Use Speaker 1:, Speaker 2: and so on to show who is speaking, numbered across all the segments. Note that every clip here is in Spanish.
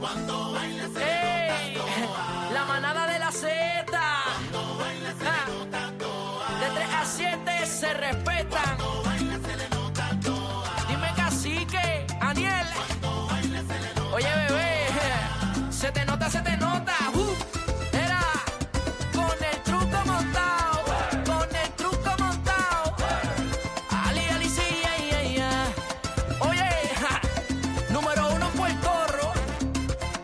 Speaker 1: ¡Ey! La manada de la Z. Ah. De 3 a 7 se respetan. Dime cacique, Aniel. Oye, bebé. Se te nota, se te nota. Uh. Era con el truco montado. Con el truco montado. Ali, Ali, sí, ay, ay, ay. Oye, ja. número uno Puerto Rico.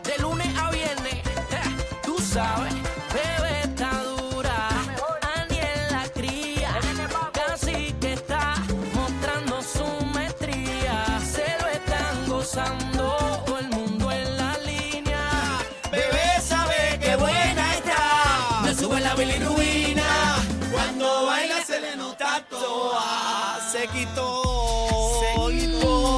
Speaker 1: De lunes a viernes, ja, tú sabes, bebé está dura. Aniel la cría, casi que está mostrando su maestría. Se lo están gozando todo el mundo en la línea.
Speaker 2: Bebé sabe que buena está.
Speaker 1: Me sube la bilirrubina.
Speaker 2: Cuando baila se le nota toa. Se quitó. Se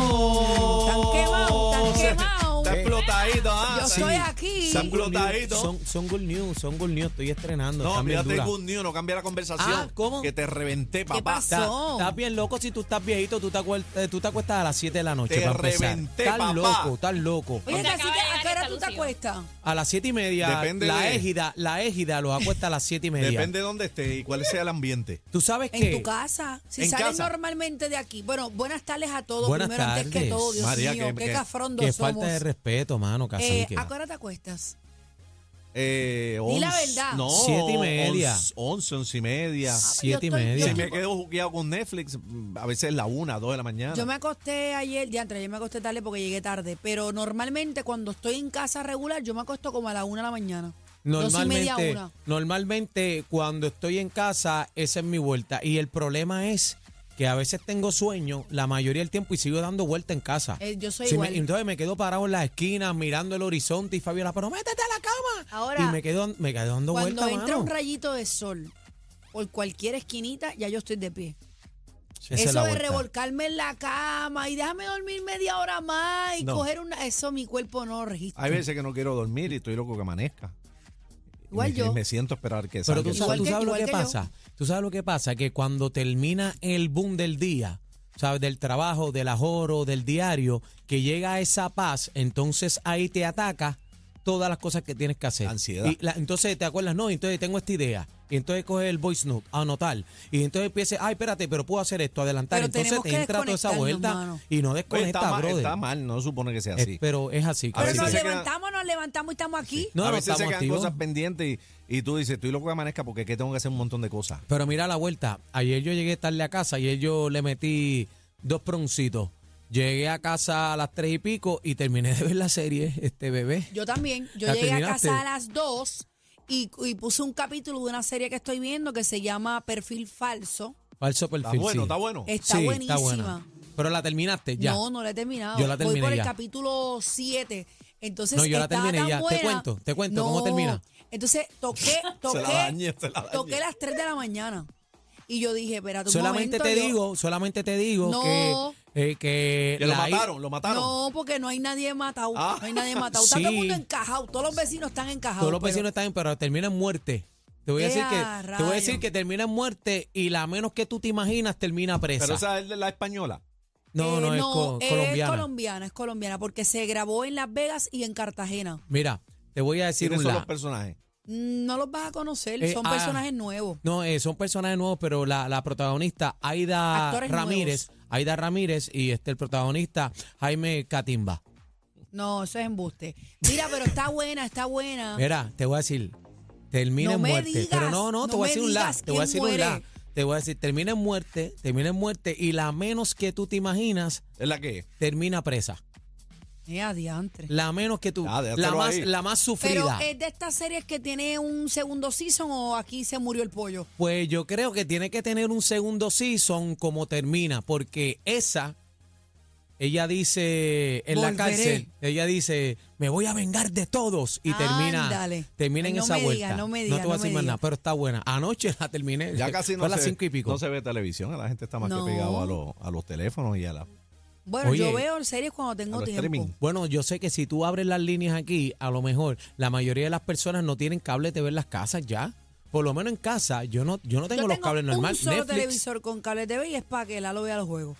Speaker 3: Tan quemado, tan
Speaker 2: Se-
Speaker 3: quemado.
Speaker 2: Está explotadito, ah.
Speaker 3: Eh, Yo
Speaker 2: sí.
Speaker 3: estoy aquí.
Speaker 2: Está explotadito.
Speaker 4: Son, son good news, son good news. Estoy estrenando.
Speaker 2: No,
Speaker 4: están bien
Speaker 2: olvídate de
Speaker 4: duras.
Speaker 2: Good News, no cambia la conversación.
Speaker 4: Ah, ¿cómo?
Speaker 2: Que te reventé, papá.
Speaker 3: pasó?
Speaker 4: Está-
Speaker 3: Son.
Speaker 4: Estás bien loco si tú estás viejito, tú te, acuer- eh, tú te acuestas a las 7 de la noche.
Speaker 2: Te
Speaker 4: para empezar.
Speaker 2: reventé,
Speaker 4: Estás
Speaker 2: papá.
Speaker 4: loco, estás loco.
Speaker 3: Oye,
Speaker 5: Te
Speaker 3: casi
Speaker 5: acaba
Speaker 3: que
Speaker 5: de
Speaker 3: a qué
Speaker 5: llegar
Speaker 3: hora
Speaker 5: esta
Speaker 3: tú te
Speaker 5: luz, hijo.
Speaker 3: acuestas.
Speaker 4: A las 7 y media,
Speaker 2: Depende
Speaker 4: la
Speaker 2: de-
Speaker 4: égida, la égida los acuesta a las 7 y media.
Speaker 2: Depende de dónde esté y cuál sea el ambiente.
Speaker 4: ¿Tú sabes
Speaker 3: En
Speaker 4: qué?
Speaker 3: tu casa, si
Speaker 2: En
Speaker 3: sales
Speaker 2: casa.
Speaker 3: normalmente de aquí. Bueno, buenas tardes a todos.
Speaker 4: Buenas
Speaker 3: Primero, antes que
Speaker 4: tardes.
Speaker 3: todo, Dios
Speaker 2: María,
Speaker 3: mío,
Speaker 2: que-
Speaker 3: qué
Speaker 2: que-
Speaker 3: cafrondo
Speaker 4: Qué
Speaker 3: somos.
Speaker 4: falta de respeto, mano,
Speaker 3: Eh,
Speaker 4: cacique.
Speaker 3: ¿A qué hora te acuestas?
Speaker 2: Eh,
Speaker 3: Di la
Speaker 2: once-
Speaker 3: verdad. Ah,
Speaker 2: No,
Speaker 4: Siete y media.
Speaker 2: once- Once, once y media.
Speaker 4: Siete y
Speaker 3: Yo estoy-
Speaker 4: media.
Speaker 2: Si
Speaker 3: yo-
Speaker 2: me quedo jugueado con Netflix, a veces la una, dos de la mañana.
Speaker 3: Yo me acosté ayer, diantre, ayer me acosté tarde porque llegué tarde, pero normalmente cuando estoy en casa regular, yo me acosto como a la una de la mañana. Dos y media,
Speaker 4: Normalmente,
Speaker 3: una.
Speaker 4: normalmente cuando estoy en casa, esa es mi vuelta. Y el problema es que a veces tengo sueño la mayoría del tiempo y sigo dando vuelta en casa.
Speaker 3: Eh, yo soy
Speaker 4: Sí, me-
Speaker 3: igual.
Speaker 4: entonces me quedo parado en las esquinas mirando el horizonte y Fabiola, pero métete a la cama.
Speaker 3: Ahora,
Speaker 4: y me quedo, me quedo dando
Speaker 3: Cuando
Speaker 4: vuelta,
Speaker 3: entra
Speaker 4: mano.
Speaker 3: un rayito de sol por cualquier esquinita, ya yo estoy de pie.
Speaker 4: Esa es
Speaker 3: eso
Speaker 4: la
Speaker 3: de
Speaker 4: vuelta.
Speaker 3: revolcarme en la cama y déjame dormir media hora más y
Speaker 2: No.
Speaker 3: coger una. Eso mi cuerpo no registra.
Speaker 2: Hay veces que no quiero dormir y estoy loco que amanezca. Y
Speaker 3: Igual
Speaker 2: me,
Speaker 3: yo.
Speaker 2: y me siento a esperar que
Speaker 4: Pero
Speaker 2: salga
Speaker 4: tú
Speaker 2: el
Speaker 3: Igual
Speaker 2: sol.
Speaker 4: sabes, tú
Speaker 3: que-
Speaker 4: sabes lo
Speaker 3: igual
Speaker 4: que
Speaker 3: que yo.
Speaker 4: pasa. Tú sabes lo que pasa, que cuando termina el boom del día, ¿sabes? Del trabajo, del ajoro, del diario, que llega esa paz, entonces ahí te ataca todas las cosas que tienes que hacer.
Speaker 2: Ansiedad.
Speaker 4: Y la- entonces te acuerdas, no, entonces tengo esta idea. Y entonces coges el voice note, anotar. Y entonces empieces, ay, espérate, pero puedo hacer esto, adelantar.
Speaker 3: Pero
Speaker 4: entonces
Speaker 3: tenemos
Speaker 4: te
Speaker 3: que
Speaker 4: entra toda esa vuelta
Speaker 3: desconectarnos, mano.
Speaker 4: y no
Speaker 2: Oye, Pues, está,
Speaker 4: desconecta,
Speaker 2: mal,
Speaker 4: brother.
Speaker 2: está mal, no supone que sea
Speaker 4: Eh,
Speaker 2: así.
Speaker 4: Pero es así.
Speaker 2: A
Speaker 3: Pero
Speaker 2: veces
Speaker 3: nos
Speaker 2: se
Speaker 4: cacique.
Speaker 2: queda-
Speaker 3: levantamos, nos levantamos y estamos aquí.
Speaker 4: no,
Speaker 2: a
Speaker 4: no,
Speaker 2: veces se
Speaker 4: estamos
Speaker 2: quedan
Speaker 4: activos.
Speaker 2: cosas pendientes y, y tú dices, estoy loco que amanezca porque que tengo que hacer un montón de cosas.
Speaker 4: Pero mira la vuelta. Ayer yo llegué tarde a casa. Ayer yo le metí dos proncitos. Llegué a casa a las tres y pico y terminé de ver la serie, este bebé.
Speaker 3: Yo también. Yo
Speaker 4: ¿La
Speaker 3: llegué
Speaker 4: terminaste?
Speaker 3: a casa a las 2 y, y puse un capítulo de una serie que estoy viendo que se llama Perfil Falso.
Speaker 4: Falso
Speaker 2: Está
Speaker 4: perfil.
Speaker 2: bueno,
Speaker 4: sí.
Speaker 2: está bueno.
Speaker 3: Está
Speaker 4: Sí,
Speaker 3: buenísima.
Speaker 4: buena. Pero la terminaste ya.
Speaker 3: No, no la he terminado.
Speaker 4: Yo la
Speaker 3: Voy
Speaker 4: terminé
Speaker 3: por el
Speaker 4: ya.
Speaker 3: capítulo 7. Entonces,
Speaker 4: No, yo la
Speaker 3: estaba
Speaker 4: terminé
Speaker 3: tan
Speaker 4: ya. Te
Speaker 3: buena-
Speaker 4: cuento, te cuento cómo
Speaker 3: No.
Speaker 4: termina.
Speaker 3: Entonces, toqué, toqué,
Speaker 2: dañé, se la dañé.
Speaker 3: toqué las 3 de la mañana. Y yo dije, espérate un
Speaker 4: solamente
Speaker 3: momento,
Speaker 4: te
Speaker 3: yo-
Speaker 4: digo, solamente te digo
Speaker 3: No.
Speaker 4: que, eh, que,
Speaker 2: Que lo
Speaker 4: la-
Speaker 2: mataron, lo mataron.
Speaker 3: No, porque no hay nadie matado.
Speaker 2: Ah.
Speaker 3: No hay nadie matado. Está todo el
Speaker 4: Sí.
Speaker 3: mundo encajado. Todos los vecinos están encajados.
Speaker 4: Todos los
Speaker 3: pero-
Speaker 4: vecinos están, bien, pero termina en muerte. Te voy a
Speaker 3: ¡Ea,
Speaker 4: decir que te voy a decir
Speaker 3: rayos!
Speaker 4: que termina en muerte y la menos que tú te imaginas termina presa.
Speaker 2: Pero esa es de la española.
Speaker 4: no,
Speaker 3: Eh,
Speaker 4: no, es, co-
Speaker 3: es
Speaker 4: colombiana.
Speaker 3: colombiana, es colombiana, porque se grabó en Las Vegas y en Cartagena.
Speaker 4: Mira, te voy a decir
Speaker 2: ¿Quiénes
Speaker 4: un
Speaker 2: son
Speaker 4: la-
Speaker 2: los personajes?
Speaker 3: Mm, No los vas a conocer,
Speaker 4: Eh,
Speaker 3: son
Speaker 4: ah.
Speaker 3: personajes nuevos.
Speaker 4: No, eh, son personajes nuevos, pero la, la protagonista Aida
Speaker 3: Actores
Speaker 4: Ramírez, Aida Ramírez y este el protagonista Jaime Catimba.
Speaker 3: No, eso es embuste. Mira, pero está buena, está buena.
Speaker 4: Mira, te voy a decir, termina
Speaker 3: Ah. No
Speaker 4: en
Speaker 3: me
Speaker 4: muerte,
Speaker 3: digas,
Speaker 4: pero no, no, te
Speaker 3: no
Speaker 4: voy a
Speaker 3: me
Speaker 4: decir un la,
Speaker 3: digas
Speaker 4: te voy a
Speaker 3: quién
Speaker 4: decir un la,
Speaker 3: muere.
Speaker 4: te voy a decir termina en muerte, termina en muerte y la menos que tú te imaginas
Speaker 2: ¿Es la que?
Speaker 4: termina presa.
Speaker 3: Eh, adiantre.
Speaker 4: La menos que tú,
Speaker 2: Ah,
Speaker 4: la
Speaker 2: déjatelo
Speaker 4: más,
Speaker 2: ahí.
Speaker 4: la más
Speaker 3: Pero
Speaker 4: sufrida.
Speaker 3: es de estas series que tiene un segundo season o aquí se murió el pollo.
Speaker 4: Pues yo creo que tiene que tener un segundo season como termina, porque esa Ella dice en
Speaker 3: Volveré.
Speaker 4: la cárcel, ella dice, me voy a vengar de todos y
Speaker 3: Ándale.
Speaker 4: termina, termina en
Speaker 3: Ay, no
Speaker 4: esa
Speaker 3: me diga,
Speaker 4: vuelta.
Speaker 3: no me diga,
Speaker 4: te voy a
Speaker 3: no
Speaker 4: decir
Speaker 3: me
Speaker 4: más
Speaker 3: diga.
Speaker 4: nada, pero está buena. Anoche la terminé.
Speaker 2: Ya casi
Speaker 4: Fue
Speaker 2: no,
Speaker 4: a las
Speaker 2: se,
Speaker 4: cinco y pico.
Speaker 2: no se ve televisión, la gente está más
Speaker 3: No.
Speaker 2: que pegado a, los- a los teléfonos y a, la, a
Speaker 3: Bueno, yo
Speaker 4: Oye.
Speaker 3: veo series cuando tengo
Speaker 2: los
Speaker 3: tiempo.
Speaker 2: streaming.
Speaker 4: Bueno, yo sé que si tú abres las líneas aquí, a lo mejor la mayoría de las personas no tienen cable TV en las casas ya. Por lo menos en casa, yo no, yo no tengo,
Speaker 3: yo
Speaker 4: los cables normales.
Speaker 3: Un solo
Speaker 4: Netflix.
Speaker 3: televisor con cable TV y es para que Lalo vea los juegos.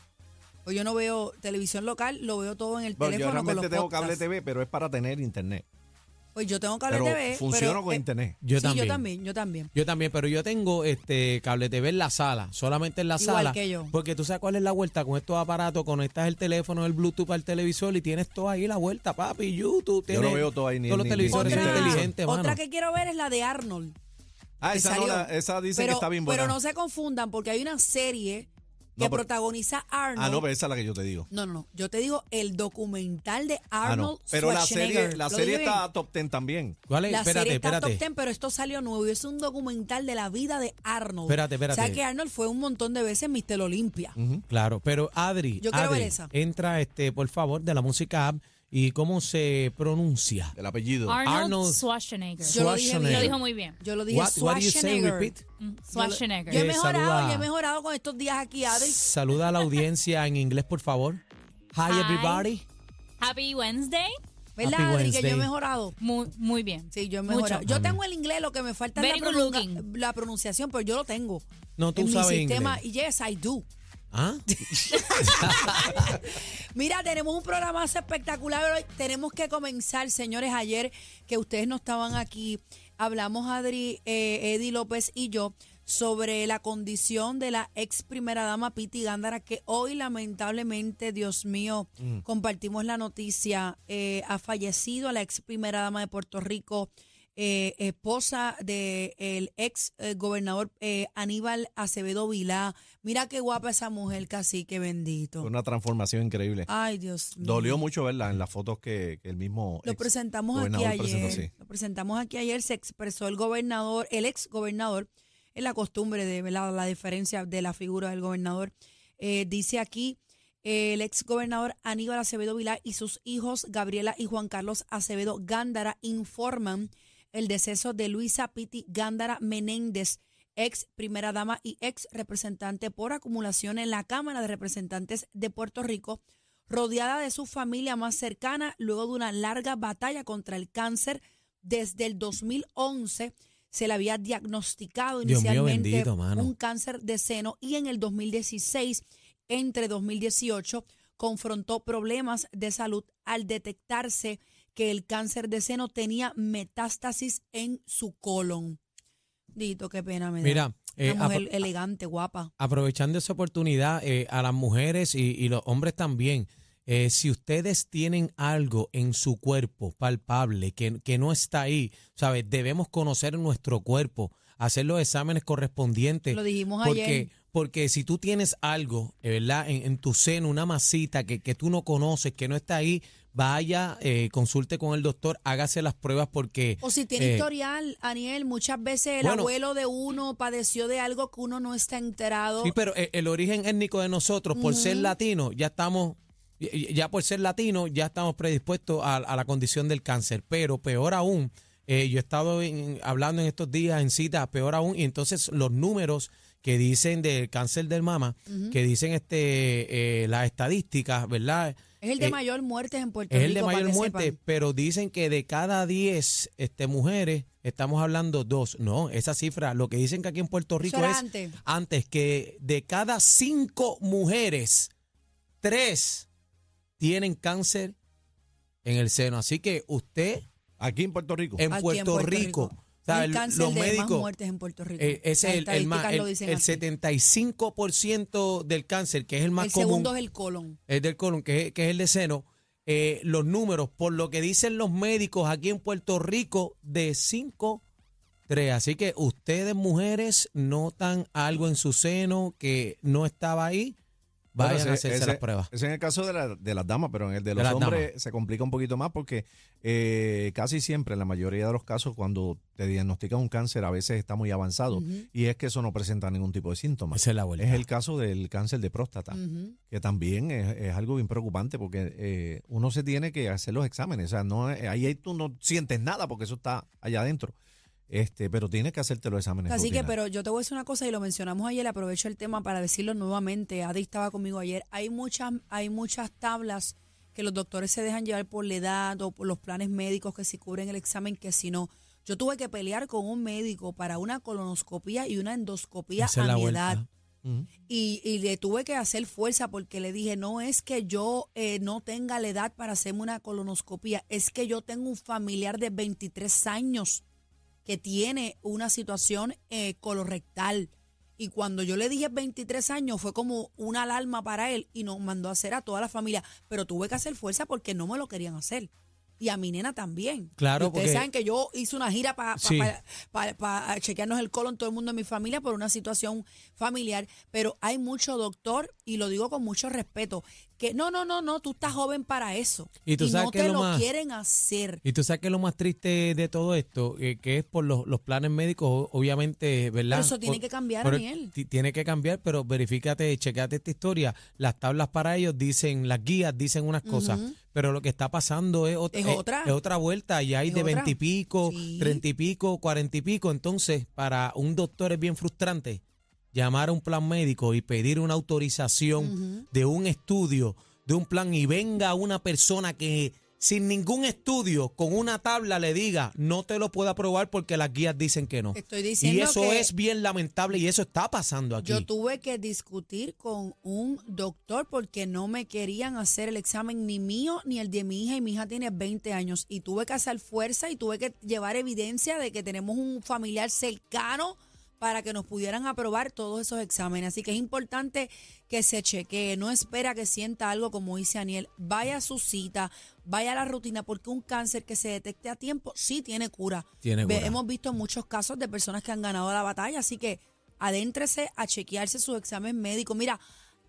Speaker 3: Pues yo no veo televisión local, lo veo todo en el
Speaker 2: Bueno, yo
Speaker 3: teléfono. con
Speaker 2: realmente
Speaker 3: los
Speaker 2: tengo cable
Speaker 3: podcasts.
Speaker 2: TV, pero es para tener internet.
Speaker 3: Pues yo tengo cable
Speaker 2: Pero
Speaker 3: TV.
Speaker 2: funciono
Speaker 3: pero,
Speaker 2: con
Speaker 3: eh,
Speaker 2: internet.
Speaker 4: Yo
Speaker 3: sí,
Speaker 4: también.
Speaker 3: yo también, yo también.
Speaker 4: Yo también, pero yo tengo este cable TV en la sala, solamente en la
Speaker 3: Igual
Speaker 4: sala.
Speaker 3: que yo.
Speaker 4: Porque tú sabes cuál es la vuelta con estos aparatos, conectas el teléfono, el Bluetooth al televisor y tienes todo ahí la vuelta, papi, YouTube.
Speaker 2: Yo lo
Speaker 4: tienes
Speaker 2: veo todo ahí, ni-
Speaker 4: Todos los
Speaker 2: ni-
Speaker 4: televisores
Speaker 2: ni-
Speaker 4: son
Speaker 2: ni-
Speaker 4: inteligentes, mano.
Speaker 3: otra que quiero ver es la de Arnold.
Speaker 2: Ah,
Speaker 3: que
Speaker 2: esa, no
Speaker 3: salió.
Speaker 2: la- esa dice que
Speaker 3: pero,
Speaker 2: está bien buena.
Speaker 3: Pero no se confundan porque hay una serie que
Speaker 2: No, pero-
Speaker 3: protagoniza Arnold.
Speaker 2: ah, no, pero esa es la que yo te digo.
Speaker 3: no, no, no. Yo te digo el documental de
Speaker 2: Ah, no.
Speaker 3: Arnold
Speaker 2: Pero la
Speaker 3: Schwarzenegger.
Speaker 2: serie, la
Speaker 3: ¿Lo
Speaker 2: serie
Speaker 3: dije bien?
Speaker 2: está top 10 también.
Speaker 4: ¿Cuál es?
Speaker 3: La
Speaker 4: espérate,
Speaker 3: serie está
Speaker 4: espérate.
Speaker 3: top 10, pero esto salió nuevo y es un documental de la vida de Arnold.
Speaker 4: Espérate, espérate.
Speaker 3: O sea que Arnold fue un montón de veces Mister Olimpia.
Speaker 4: Claro, pero Adri,
Speaker 3: Yo quiero ver
Speaker 4: Adri,
Speaker 3: esa.
Speaker 4: entra este, por favor, de la música app y cómo se pronuncia.
Speaker 2: El apellido.
Speaker 5: Arnold,
Speaker 4: Arnold
Speaker 5: Schwarzenegger.
Speaker 3: Yo lo dije bien.
Speaker 4: Schwarzenegger.
Speaker 5: Lo dijo muy bien.
Speaker 3: Yo lo dije
Speaker 4: What, what do you say?
Speaker 3: Schwarzenegger.
Speaker 4: Repeat.
Speaker 5: Mm,
Speaker 3: Yo lo-
Speaker 5: Schwarzenegger.
Speaker 3: Yo he
Speaker 4: Eh,
Speaker 3: mejorado,
Speaker 4: saluda.
Speaker 3: yo he mejorado con estos días aquí, Adri.
Speaker 4: Saluda a la audiencia en inglés, por favor. Hi,
Speaker 5: Hi.
Speaker 4: everybody.
Speaker 5: Happy Wednesday.
Speaker 3: ¿Verdad,
Speaker 4: Happy
Speaker 3: Adri? Que yo he
Speaker 4: Wednesday.
Speaker 3: mejorado.
Speaker 5: Muy, muy bien.
Speaker 3: Sí, yo he mejorado.
Speaker 5: Mucho.
Speaker 3: Yo tengo el inglés, lo que me falta es
Speaker 5: Very
Speaker 3: la,
Speaker 5: good
Speaker 3: pronunca-
Speaker 5: looking.
Speaker 3: la pronunciación, pero yo lo tengo.
Speaker 4: No, tú
Speaker 3: en
Speaker 4: sabes
Speaker 3: mi sistema,
Speaker 4: inglés.
Speaker 3: yes, I do.
Speaker 4: ¿Ah?
Speaker 3: Mira, tenemos un programa espectacular. hoy. Tenemos que comenzar, señores. Ayer que ustedes no estaban aquí, hablamos Adri, eh, Eddie López y yo sobre la condición de la ex primera dama Piti Gándara, que hoy lamentablemente, Dios mío, compartimos la noticia. eh, ha fallecido la ex primera dama de Puerto Rico, eh, esposa del ex eh, gobernador eh, Aníbal Acevedo Vilá. Mira qué guapa esa mujer, cacique bendito.
Speaker 2: Fue una transformación increíble.
Speaker 3: Ay, Dios mío.
Speaker 2: Dolió mucho verla en las fotos que, que el mismo.
Speaker 3: Lo
Speaker 2: ex
Speaker 3: presentamos aquí
Speaker 2: gobernador
Speaker 3: ayer.
Speaker 2: presentó, sí.
Speaker 3: Lo presentamos aquí ayer. Se expresó el gobernador, el ex gobernador, es la costumbre de ¿verdad? la diferencia de la figura del gobernador. Eh, dice aquí eh, el ex gobernador Aníbal Acevedo Vilá y sus hijos Gabriela y Juan Carlos Acevedo Gándara informan el deceso de Luisa Piti Gándara Menéndez, ex primera dama y ex representante por acumulación en la Cámara de Representantes de Puerto Rico, rodeada de su familia más cercana luego de una larga batalla contra el cáncer. Desde el 2011 se le había diagnosticado
Speaker 4: Dios mío
Speaker 3: inicialmente
Speaker 4: bendito, mano.
Speaker 3: un cáncer de seno y en el 2016, entre 2018, confrontó problemas de salud al detectarse que el cáncer de seno tenía metástasis en su colon. Dito, qué pena me da.
Speaker 4: Mira, eh,
Speaker 3: Una mujer
Speaker 4: apro-
Speaker 3: elegante, guapa.
Speaker 4: aprovechando esa oportunidad eh, a las mujeres y, y los hombres también, eh, si ustedes tienen algo en su cuerpo palpable que, que no está ahí, ¿sabes? Debemos conocer nuestro cuerpo, hacer los exámenes correspondientes.
Speaker 3: Lo dijimos ayer.
Speaker 4: Porque, porque si tú tienes algo, eh, ¿verdad? En, en tu seno, una masita que, que tú no conoces, que no está ahí, vaya, eh, consulte con el doctor, hágase las pruebas porque...
Speaker 3: O si tiene
Speaker 4: eh,
Speaker 3: historial, Aniel, muchas veces el
Speaker 4: bueno.
Speaker 3: abuelo de uno padeció de algo que uno no está enterado.
Speaker 4: Sí, pero eh, el, el origen étnico de nosotros, por ser latino, ya estamos, ya- ya por ser latino, ya estamos predispuestos a, a la condición del cáncer. Pero peor aún, eh, yo he estado en- hablando en estos días en citas, peor aún, y entonces los números que dicen del cáncer del mama, que dicen este eh, las estadísticas, ¿verdad?
Speaker 3: es el de
Speaker 4: Eh,
Speaker 3: mayor muerte en Puerto
Speaker 4: es
Speaker 3: Rico.
Speaker 4: el de
Speaker 3: para
Speaker 4: mayor
Speaker 3: que
Speaker 4: muerte,
Speaker 3: sepan.
Speaker 4: pero dicen que de cada 10 este, mujeres estamos hablando dos. No, esa cifra, lo que dicen que aquí en Puerto Rico
Speaker 3: era
Speaker 4: es
Speaker 3: antes.
Speaker 4: que de cada cinco mujeres, tres tienen cáncer en el seno. Así que usted
Speaker 2: Aquí en Puerto Rico.
Speaker 4: en,
Speaker 3: Aquí en
Speaker 4: Puerto,
Speaker 3: Puerto
Speaker 4: Rico,
Speaker 3: Rico.
Speaker 4: ¿sabe?
Speaker 3: El cáncer
Speaker 4: los
Speaker 3: de más
Speaker 4: médicos,
Speaker 3: muertes en Puerto Rico.
Speaker 4: eh, ese
Speaker 3: Las
Speaker 4: es el, el más-
Speaker 3: estadísticas
Speaker 4: el-
Speaker 3: lo dicen
Speaker 4: el
Speaker 3: así.
Speaker 4: 75% del cáncer, que es el más
Speaker 3: El
Speaker 4: común
Speaker 3: segundo es el colon.
Speaker 4: es eh, del colon, que es, que es el de seno, eh, los números, por lo que dicen los médicos aquí en Puerto Rico, de 5, 3. Así que ustedes, mujeres, notan algo en su seno que no estaba ahí, vayan
Speaker 6: Bueno,
Speaker 4: a
Speaker 6: ese-
Speaker 4: hacerse las
Speaker 6: ese-
Speaker 4: pruebas.
Speaker 6: Ese es el caso de, la- de las damas, pero en el de los
Speaker 4: las
Speaker 6: hombres se complica un poquito más porque eh, casi siempre, en la mayoría de los casos, cuando te diagnostican un cáncer, a veces está muy avanzado y es que eso no presenta ningún tipo de síntomas.
Speaker 4: Esa es la vuelta.
Speaker 6: Es el caso del cáncer de próstata,
Speaker 3: Ujú.
Speaker 6: que también es, es algo bien preocupante porque eh, uno se tiene que hacer los exámenes. O sea, no, es- ahí tú no sientes nada porque eso está allá adentro. Este, pero tienes que hacerte los exámenes.
Speaker 3: Así que,
Speaker 6: rutinarios.
Speaker 3: pero yo te voy a decir una cosa y lo mencionamos ayer, aprovecho el tema para decirlo nuevamente. Adi estaba conmigo ayer. Hay muchas, hay muchas tablas que los doctores se dejan llevar por la edad o por los planes médicos que si cubren el examen, que si no. Yo tuve que pelear con un médico para una colonoscopía y una endoscopía
Speaker 4: Esa es
Speaker 3: a
Speaker 4: la
Speaker 3: mi
Speaker 4: vuelta.
Speaker 3: edad. Y, y le tuve que hacer fuerza porque le dije, no es que yo eh, no tenga la edad para hacerme una colonoscopia, es que yo tengo un familiar de 23 años que tiene una situación eh, colorectal. Y cuando yo le dije 23 años fue como una alarma para él y nos mandó a hacer a toda la familia. Pero tuve que hacer fuerza porque no me lo querían hacer. Y a mi nena también. Y
Speaker 4: Claro,
Speaker 3: Ustedes
Speaker 4: porque-
Speaker 3: saben que yo hice una gira para
Speaker 4: Sí.
Speaker 3: chequearnos el colon todo el mundo en mi familia por una situación familiar. Pero hay mucho doctor, y lo digo con mucho respeto, que no, no, no, no, tú estás joven para eso.
Speaker 4: Y tú sabes
Speaker 3: no
Speaker 4: que
Speaker 3: te
Speaker 4: lo
Speaker 3: lo
Speaker 4: más-
Speaker 3: quieren hacer.
Speaker 4: Y tú sabes que lo más triste de todo esto, Eh, que es por los, los planes médicos, o- obviamente, ¿verdad?
Speaker 3: Pero eso tiene
Speaker 4: Por-
Speaker 3: que cambiar,
Speaker 4: pero
Speaker 3: Daniel.
Speaker 4: ti- Tiene que cambiar, pero verifícate, checate esta historia. Las tablas para ellos dicen, las guías dicen unas cosas, pero lo que está pasando es, eh,
Speaker 3: Es otra.
Speaker 4: es otra vuelta y hay
Speaker 3: Es
Speaker 4: de
Speaker 3: otra.
Speaker 4: veintipico,
Speaker 3: Sí.
Speaker 4: treinta y pico, cuarenta y pico. Entonces, para un doctor es bien frustrante llamar a un plan médico y pedir una autorización de un estudio, de un plan, y venga una persona que sin ningún estudio, con una tabla, le diga, no te lo puedo aprobar porque las guías dicen que no.
Speaker 3: Estoy diciendo
Speaker 4: y eso
Speaker 3: que-
Speaker 4: es bien lamentable y eso está pasando aquí.
Speaker 3: Yo tuve que discutir con un doctor porque no me querían hacer el examen ni mío ni el de mi hija y mi hija tiene 20 años y tuve que hacer fuerza y tuve que llevar evidencia de que tenemos un familiar cercano para que nos pudieran aprobar todos esos exámenes. Así que es importante que se chequee, no espera que sienta algo como dice Aniel, vaya a su cita, vaya a la rutina, porque un cáncer que se detecte a tiempo sí tiene cura.
Speaker 4: Tiene
Speaker 3: Ve-
Speaker 4: cura.
Speaker 3: hemos visto muchos casos de personas que han ganado la batalla, así que adéntrese a chequearse sus examen médico. Mira,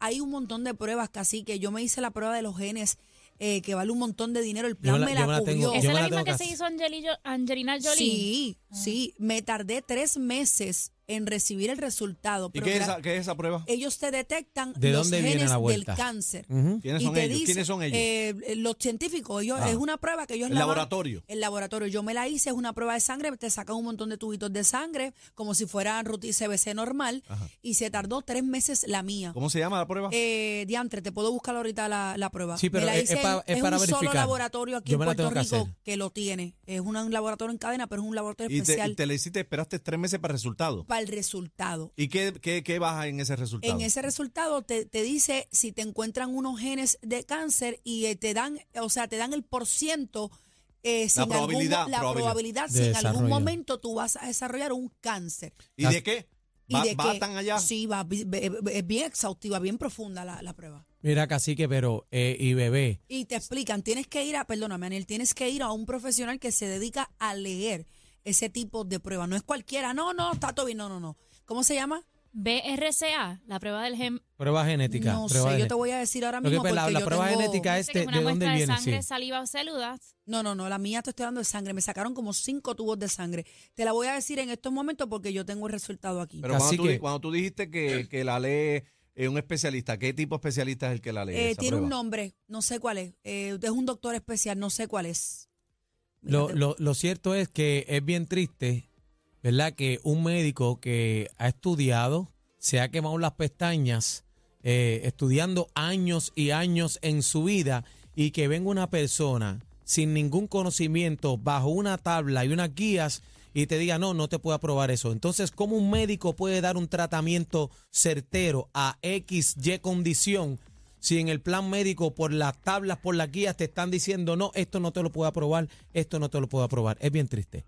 Speaker 3: hay un montón de pruebas, casi que yo me hice la prueba de los genes, eh, que vale un montón de dinero, el plan me
Speaker 4: me la- yo
Speaker 3: la,
Speaker 4: me la tengo.
Speaker 3: cubrió.
Speaker 4: Yo
Speaker 5: Esa es
Speaker 4: me
Speaker 5: la
Speaker 4: la
Speaker 5: misma
Speaker 4: tengo
Speaker 5: que
Speaker 4: casi.
Speaker 5: se hizo Angelillo- Angelina Jolie.
Speaker 3: Sí, sí, me tardé tres meses en recibir el resulado.
Speaker 6: ¿Y
Speaker 3: pero
Speaker 6: qué es,
Speaker 3: gra-
Speaker 6: esa, qué es esa prueba?
Speaker 3: ellos te detectan
Speaker 4: ¿De
Speaker 3: los
Speaker 4: dónde viene
Speaker 3: genes
Speaker 4: la
Speaker 3: del
Speaker 4: vuelta?
Speaker 3: cáncer.
Speaker 4: Ujú. Ah.
Speaker 6: ¿Quiénes
Speaker 3: Y
Speaker 6: son
Speaker 3: te
Speaker 6: ellos?
Speaker 3: dice,
Speaker 6: ¿Quiénes son ellos?
Speaker 3: eh, eh, los científicos, ellos, es una prueba que ellos
Speaker 6: El
Speaker 3: la van-
Speaker 6: laboratorio.
Speaker 3: El laboratorio. Yo me la hice, es una prueba de sangre, te sacan un montón de tubitos de sangre, como si fuera rutina CBC normal, y se tardó tres meses la mía.
Speaker 6: ¿Cómo se llama la prueba?
Speaker 3: Eh, diantre, te puedo buscar ahorita la, la prueba.
Speaker 4: Sí, pero
Speaker 3: Me la
Speaker 4: es- es
Speaker 3: hice
Speaker 4: pa-
Speaker 3: en-
Speaker 4: es para
Speaker 3: un solo
Speaker 4: verificar.
Speaker 3: laboratorio aquí
Speaker 4: Yo
Speaker 3: en
Speaker 4: me la
Speaker 3: Puerto
Speaker 4: tengo que
Speaker 3: Rico
Speaker 4: hacer.
Speaker 3: que lo tiene. Es un, un laboratorio en cadena, pero es un laboratorio
Speaker 6: y te,
Speaker 3: especial
Speaker 6: y te le hiciste, esperaste tres meses para el resultado.
Speaker 3: para el resultado.
Speaker 6: ¿Y qué, qué, qué baja en ese resultado?
Speaker 3: En ese resultado te, te dice si te encuentran unos genes de cáncer y eh, te dan, o sea, te dan el por ciento. eh, sin algún mo-
Speaker 6: probabilidad,
Speaker 3: la
Speaker 6: probabilidad.
Speaker 3: probabilidad,
Speaker 4: De
Speaker 3: si en algún
Speaker 4: desarrollo.
Speaker 3: momento tú vas a desarrollar un cáncer.
Speaker 6: ¿Y de qué?
Speaker 3: ¿Y
Speaker 6: ¿Va,
Speaker 3: de
Speaker 6: va
Speaker 3: qué?
Speaker 6: tan allá?
Speaker 3: Sí, va, bi- be- be- es bien exhaustiva, bien profunda la, la prueba.
Speaker 4: Mira, cacique, pero, eh, y bebé,
Speaker 3: Y te explican, tienes que ir a, perdóname, Anel, tienes que ir a un profesional que se dedica a leer ese tipo de prueba. No es cualquiera, no, no, está todo bien, no, no, no. ¿Cómo se llama?
Speaker 5: BRCA, la prueba del gen.
Speaker 4: prueba genética.
Speaker 3: no sé, yo
Speaker 4: prueba genética.
Speaker 3: te voy a decir ahora
Speaker 4: Lo que
Speaker 3: mismo.
Speaker 4: pues, la,
Speaker 3: porque
Speaker 4: la
Speaker 3: yo
Speaker 4: prueba
Speaker 3: tengo-
Speaker 4: genética es
Speaker 5: Dice que
Speaker 4: de,
Speaker 5: es una
Speaker 4: este, de dónde
Speaker 5: muestra de
Speaker 4: viene, sí.
Speaker 5: sangre, saliva o células.
Speaker 3: No, no, no, la mía te estoy dando de sangre. Me sacaron como cinco tubos de sangre. Te la voy a decir en estos momentos porque yo tengo el resultado aquí.
Speaker 6: Pero cuando
Speaker 4: Así
Speaker 6: tú,
Speaker 4: que-
Speaker 6: di- cuando tú dijiste que, que la lee eh, un especialista, ¿qué tipo de especialista es el que la lee?
Speaker 3: Eh,
Speaker 6: esa
Speaker 3: tiene un
Speaker 6: prueba?
Speaker 3: nombre, no sé cuál es. Eh, es un doctor especial, no sé cuál es. Mira,
Speaker 4: Lo,
Speaker 3: te-
Speaker 4: lo- lo cierto es que es bien triste, ¿verdad? Que un médico que ha estudiado, se ha quemado las pestañas, eh, estudiando años y años en su vida, y que venga una persona sin ningún conocimiento, bajo una tabla y unas guías, y te diga, no, no te puedo aprobar eso. Entonces, ¿cómo un médico puede dar un tratamiento certero a X, Y condición? Si en el plan médico, por las tablas, por las guías, te están diciendo, no, esto no te lo puedo aprobar, esto no te lo puedo aprobar. Es bien triste.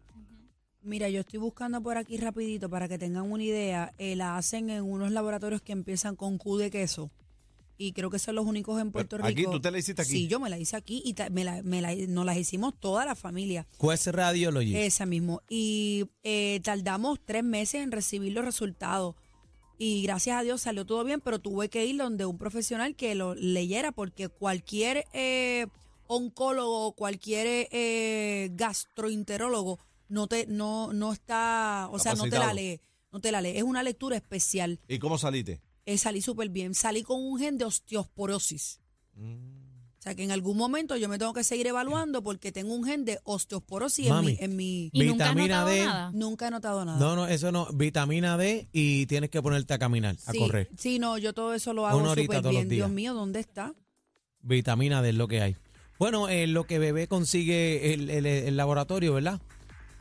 Speaker 3: Mira, yo estoy buscando por aquí rapidito para que tengan una idea. Eh, la hacen en unos laboratorios que empiezan con Q de queso. Y creo que son los únicos en Puerto
Speaker 6: Pero aquí,
Speaker 3: Rico.
Speaker 6: ¿tú te la hiciste aquí?
Speaker 3: Sí, yo me la hice aquí y ta- me la- me la- nos las hicimos toda la familia.
Speaker 4: Quest Radiology.
Speaker 3: eh, Esa mismo. Y eh, tardamos tres meses en recibir los resultados. Y gracias a Dios salió todo bien, pero tuve que ir donde un profesional que lo leyera, porque cualquier eh, oncólogo o cualquier eh, gastroenterólogo no te, no, no está, o sea, no te la
Speaker 6: Capacitado.
Speaker 3: lee, no te la lee. Es una lectura especial.
Speaker 6: ¿Y cómo saliste?
Speaker 3: Eh, salí súper bien. Salí con un gen de osteosporosis. O sea que en algún momento yo me tengo que seguir evaluando porque tengo un gen de osteosporosis en
Speaker 4: Mami.
Speaker 3: mi, en mi-
Speaker 5: Y nunca has
Speaker 4: Vitamina
Speaker 5: notado
Speaker 4: D.
Speaker 5: nada.
Speaker 3: Nunca he notado nada.
Speaker 4: No, no, eso no. Vitamina D y tienes que ponerte a caminar, a
Speaker 3: sí,
Speaker 4: correr.
Speaker 3: Sí, no, yo todo eso lo hago
Speaker 4: Una horita
Speaker 3: súper
Speaker 4: todos los
Speaker 3: bien. Dios
Speaker 4: días.
Speaker 3: mío, ¿dónde está?
Speaker 4: Vitamina D es lo que hay. Bueno, eh, lo que bebé consigue el, el- el laboratorio, ¿verdad?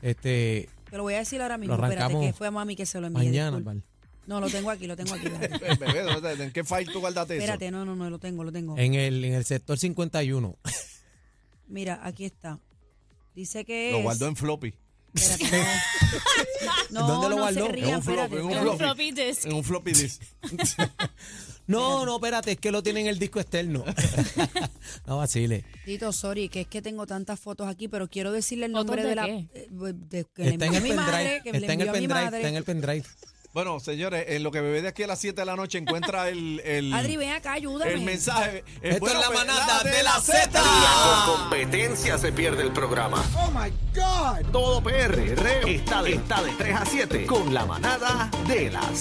Speaker 4: Este,
Speaker 3: Te lo voy a decir ahora mismo.
Speaker 4: Lo
Speaker 3: Espérate,
Speaker 4: arrancamos
Speaker 3: que fue a mami que se lo envié.
Speaker 4: mañana,
Speaker 3: disculpa.
Speaker 4: pal.
Speaker 3: No, lo tengo aquí, lo tengo aquí. déjame.
Speaker 6: Eh, Bebé, ¿dónde está? ¿en qué file tú guardaste eso?
Speaker 3: Espérate, no, no, no, lo tengo, lo tengo.
Speaker 4: en el, en el sector 51.
Speaker 3: Mira, aquí está. Dice que
Speaker 6: Lo
Speaker 3: es-
Speaker 6: guardó en floppy.
Speaker 3: Espérate, no. No,
Speaker 4: ¿Dónde lo
Speaker 3: no
Speaker 4: guardó?
Speaker 3: se
Speaker 4: En
Speaker 3: rían,
Speaker 6: un floppy,
Speaker 3: espérate,
Speaker 6: en un
Speaker 5: Un
Speaker 3: espérate.
Speaker 6: floppy.
Speaker 5: floppy disk.
Speaker 6: En un floppy disk.
Speaker 4: No, no, espérate, es que lo tienen en el disco externo. no vacile.
Speaker 3: Tito, sorry, que es que tengo tantas fotos aquí, pero quiero decirle el
Speaker 5: ¿Fotos
Speaker 3: nombre
Speaker 5: de
Speaker 3: de, la.
Speaker 5: qué?
Speaker 3: eh, de- que le
Speaker 4: Está en
Speaker 3: envió
Speaker 4: el
Speaker 3: a mi madre,
Speaker 4: pendrive.
Speaker 3: que le
Speaker 4: Está en el
Speaker 3: envió a mi
Speaker 4: pendrive.
Speaker 3: madre.
Speaker 4: Está en el pendrive.
Speaker 6: Bueno, señores, en lo que bebé de aquí a las 7 de la noche encuentra el, el,
Speaker 3: Adri, ven acá, ayúdame.
Speaker 6: el mensaje. El
Speaker 4: Esto
Speaker 6: bueno,
Speaker 4: es la
Speaker 6: pues,
Speaker 4: manada de la
Speaker 6: Zeta.
Speaker 7: Por competencia se pierde el programa. Oh my God. Todo PR está de, está de 3 a 7 con la manada de la Z.